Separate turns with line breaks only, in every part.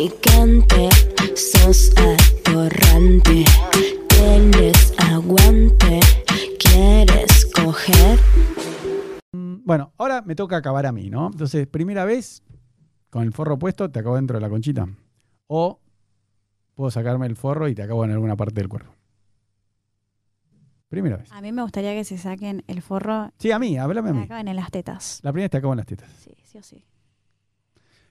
atorrante, sos atorrante. Tienes aguante, quieres coger.
Mm, Bueno, ahora me toca acabar a mí, ¿no? Entonces, primera vez, con el forro puesto, te acabo dentro de la conchita. O puedo sacarme el forro y te acabo en alguna parte del cuerpo. Primera vez.
A mí me gustaría que se saquen el forro
Sí, a mí, háblame a
y me
mí.
acaben en las tetas.
La primera vez te acabo en las tetas.
Sí, sí o sí.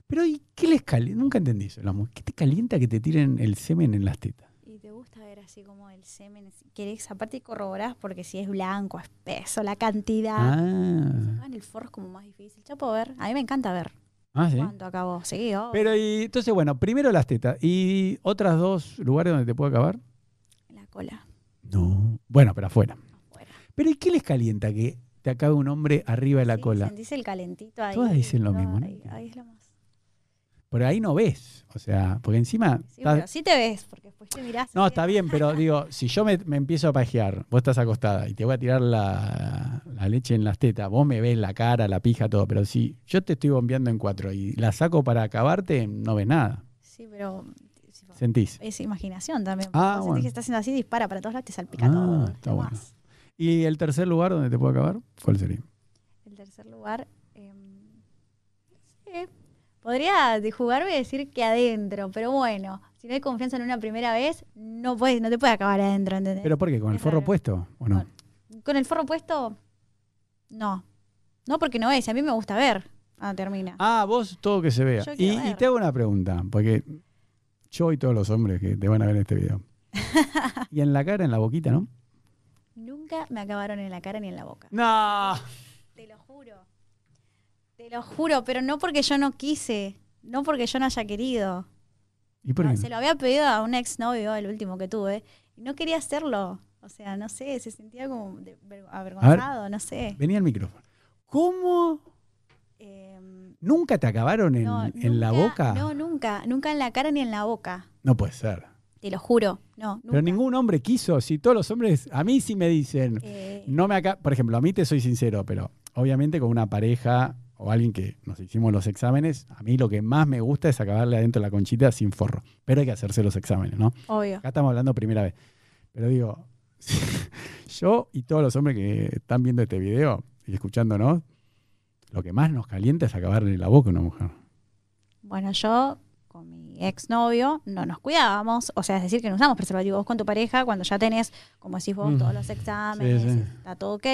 Pero, ¿y qué les calienta? Nunca entendí eso. la mu- ¿Qué te calienta que te tiren el semen en las tetas?
Y te gusta ver así como el semen. así. Querés, aparte corroborás porque si es blanco, espeso, la cantidad.
Ah,
Ah, en el forro es como más difícil. Ya puedo ver. A mí me encanta ver
ah sí.
cuánto acabó. Sí, oh,
Pero, y entonces, bueno, primero las tetas. ¿Y otras dos lugares donde te puedo acabar?
la cola.
No. Bueno, pero afuera.
Afuera.
Pero ¿y qué les calienta que te acabe un hombre arriba de la
Sí,
cola?
Sentís el calentito ahí.
Todas dicen lo mismo, ¿no?
Ay, ay, es lo más.
Pero ahí no ves. O sea, porque encima.
Sí,
estás-
pero sí te ves, porque después te mirás.
No,
así.
está bien, pero digo, si yo me, me empiezo a pajear, vos estás acostada y te voy a tirar la, la leche en las tetas, vos me ves la cara, la pija, todo, pero si yo te estoy bombeando en cuatro y la saco para acabarte, no ves nada.
Sí, pero sí,
Sentís.
es imaginación también.
Ah,
Ah,
bueno.
que estás haciendo así, dispara para todos lados, te salpica
Ah,
todo.
está
lo
bueno.
más.
¿Y el tercer lugar donde te puedo acabar? ¿Cuál sería?
El tercer lugar. eh, no sé. Podría de- jugarme y decir que adentro, pero bueno, si no hay confianza en una primera vez, no puedes, no te puede acabar adentro, ¿entendés?
¿Pero por qué? ¿Con el
Es
forro
raro.
puesto o no?
Bueno. Con el forro puesto, no. No porque no es, a mí me gusta ver. Ah, termina.
Ah, vos todo que se vea.
Yo
Y,
quiero
y
ver.
te hago una pregunta, porque yo y todos los hombres que te van a ver en este video. y en la cara, en la boquita, ¿no?
Nunca me acabaron en la cara ni en la boca.
No.
Te lo juro. Te lo juro, pero no porque yo no quise, no porque yo no haya querido.
¿Y por
No,
qué?
se
no?
lo había pedido a un exnovio, el último que tuve, y no quería hacerlo. O sea, no sé, se sentía como de- ver- avergonzado, no sé.
Vení al micrófono. ¿Cómo?
Eh,
¿Nunca te acabaron en,
no,
en la
nunca-
boca?
No,
No,
nunca, nunca en la cara ni en la boca.
puede ser.
Te lo juro, no, nunca.
Pero ningún hombre quiso. Si todos los hombres, a mí sí me dicen,
Eh,
no me acá, por ejemplo, a mí te soy sincero, pero obviamente con una pareja o alguien que nos hicimos los exámenes, a mí lo que más me gusta es acabarle adentro de la conchita sin forro. Pero hay que hacerse los exámenes, ¿no?
obvio.
Acá estamos hablando primera vez. Pero digo, yo y todos los hombres que están viendo este video y escuchándonos, lo que más nos calienta es acabarle la boca a una mujer.
Bueno, yo con mi exnovio no nos cuidábamos, o sea, es decir, que no usamos preservativo. Vos con tu pareja, cuando ya tenés, como decís vos,
Mm.
todos los exámenes,
Sí, sí.
está todo ok,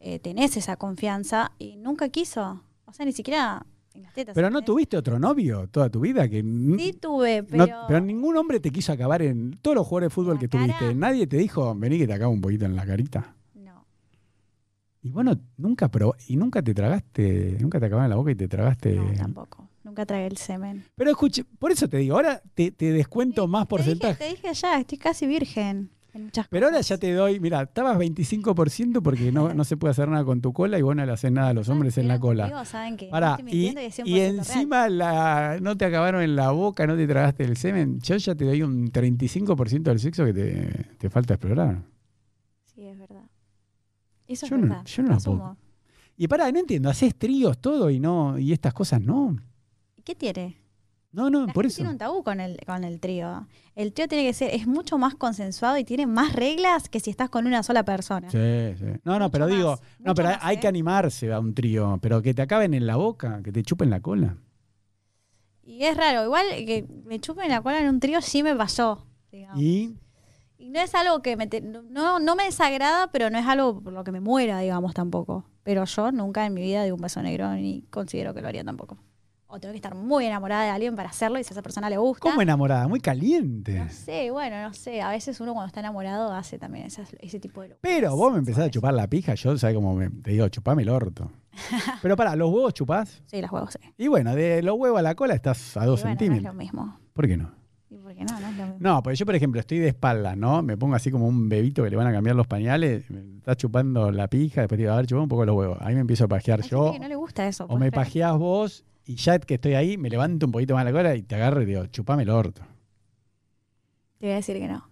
eh, tenés esa confianza y nunca quiso, o sea, ni siquiera en las tetas.
Pero no
¿entendés?
tuviste otro novio toda tu vida que... n-
Sí tuve,
Mm. no-
pero...
pero... ningún hombre te quiso acabar en todos los jugadores de fútbol
La
que
cara.
tuviste. Nadie te dijo, vení que te acabo un poquito en la carita.
No,
Y bueno, nunca probó, y nunca te tragaste, nunca te acabaron la boca y te tragaste.
no, tampoco. Nunca tragué el semen.
pero escuche, por eso te digo, ahora te, te descuento más
Te dije-
porcentaje.
Te dije, ya, estoy casi virgen en muchas
Pero ahora
cosas.
ya te doy, mira, estabas 25% porque no, no se puede hacer nada con tu cola y vos no le haces nada a los
Ah,
hombres en la
estuvieron
cola.
conmigo, saben que no
Pará,
estoy
y,
mintiendo y es
y
100% real.
encima la, no te acabaron en la boca, no te tragaste el semen. Yo ya te doy un 35% del sexo que te, te falta explorar.
Sí, es verdad. Eso
Yo
es
no-
verdad.
yo no
lo
la puedo-
asumo.
Y pará, no entiendo, haces tríos todo y no y estas cosas no.
¿Qué tiene?
No, no,
La
por
gente
eso.
tiene un tabú con el, con el trío. El trío tiene que ser, es mucho más consensuado y tiene más reglas que si estás con una sola persona.
Sí, sí. No, no,
Mucho
pero
más,
digo, no,
mucho
pero
más,
hay
¿eh?
que animarse a un trío, pero que te acaben en la boca, que te chupen la cola.
Y es raro, igual que me chupen la cola en un trío sí me pasó. digamos. Y,
Y
no es algo que me te- no, no me desagrada, pero no es algo por lo que me muera, digamos, tampoco. Pero yo nunca en mi vida di un beso negro ni considero que lo haría tampoco. O tengo que estar muy enamorada de alguien para hacerlo y si a esa persona le gusta.
¿Cómo enamorada? Muy caliente.
No sé, bueno, no sé. A veces uno cuando está enamorado hace también esas- ese tipo de locuras.
Pero vos me empezás a
¿sabes?
chupar la pija, yo sabés cómo me- te digo, chupame el orto. Pero para, los huevos chupás.
Sí, las huevos, sí.
Y bueno, de los huevos a la cola estás a dos
Y bueno,
centímetros.
No es lo mismo.
¿Por qué no?
¿Y por qué no? No es lo mismo.
No, porque yo, por ejemplo, estoy de espaldas, ¿no? Me pongo así como un bebito que le van a cambiar los pañales, me estás chupando la pija, después te digo, a ver, chupame un poco los huevos. Ahí me empiezo a pajear
Hay gente
yo.
que no le gusta eso. pues,
O
¿puedes
me
creer?
pajeás vos y ya que estoy ahí, me levanto un poquito más la cola y te agarro y te digo, chupame el orto.
Te voy a decir que no.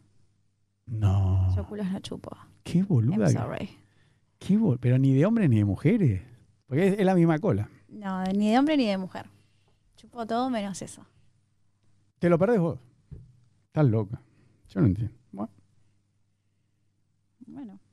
No.
Yo culos no chupo.
Qué boluda.
I'm
que-
sorry.
qué bol- Pero ni de hombres ni de mujeres. Porque es- es la misma cola.
No, ni de hombre ni de mujer. Chupo todo menos eso.
Te lo perdés vos. Estás loca. Yo no entiendo. Bueno,
Bueno,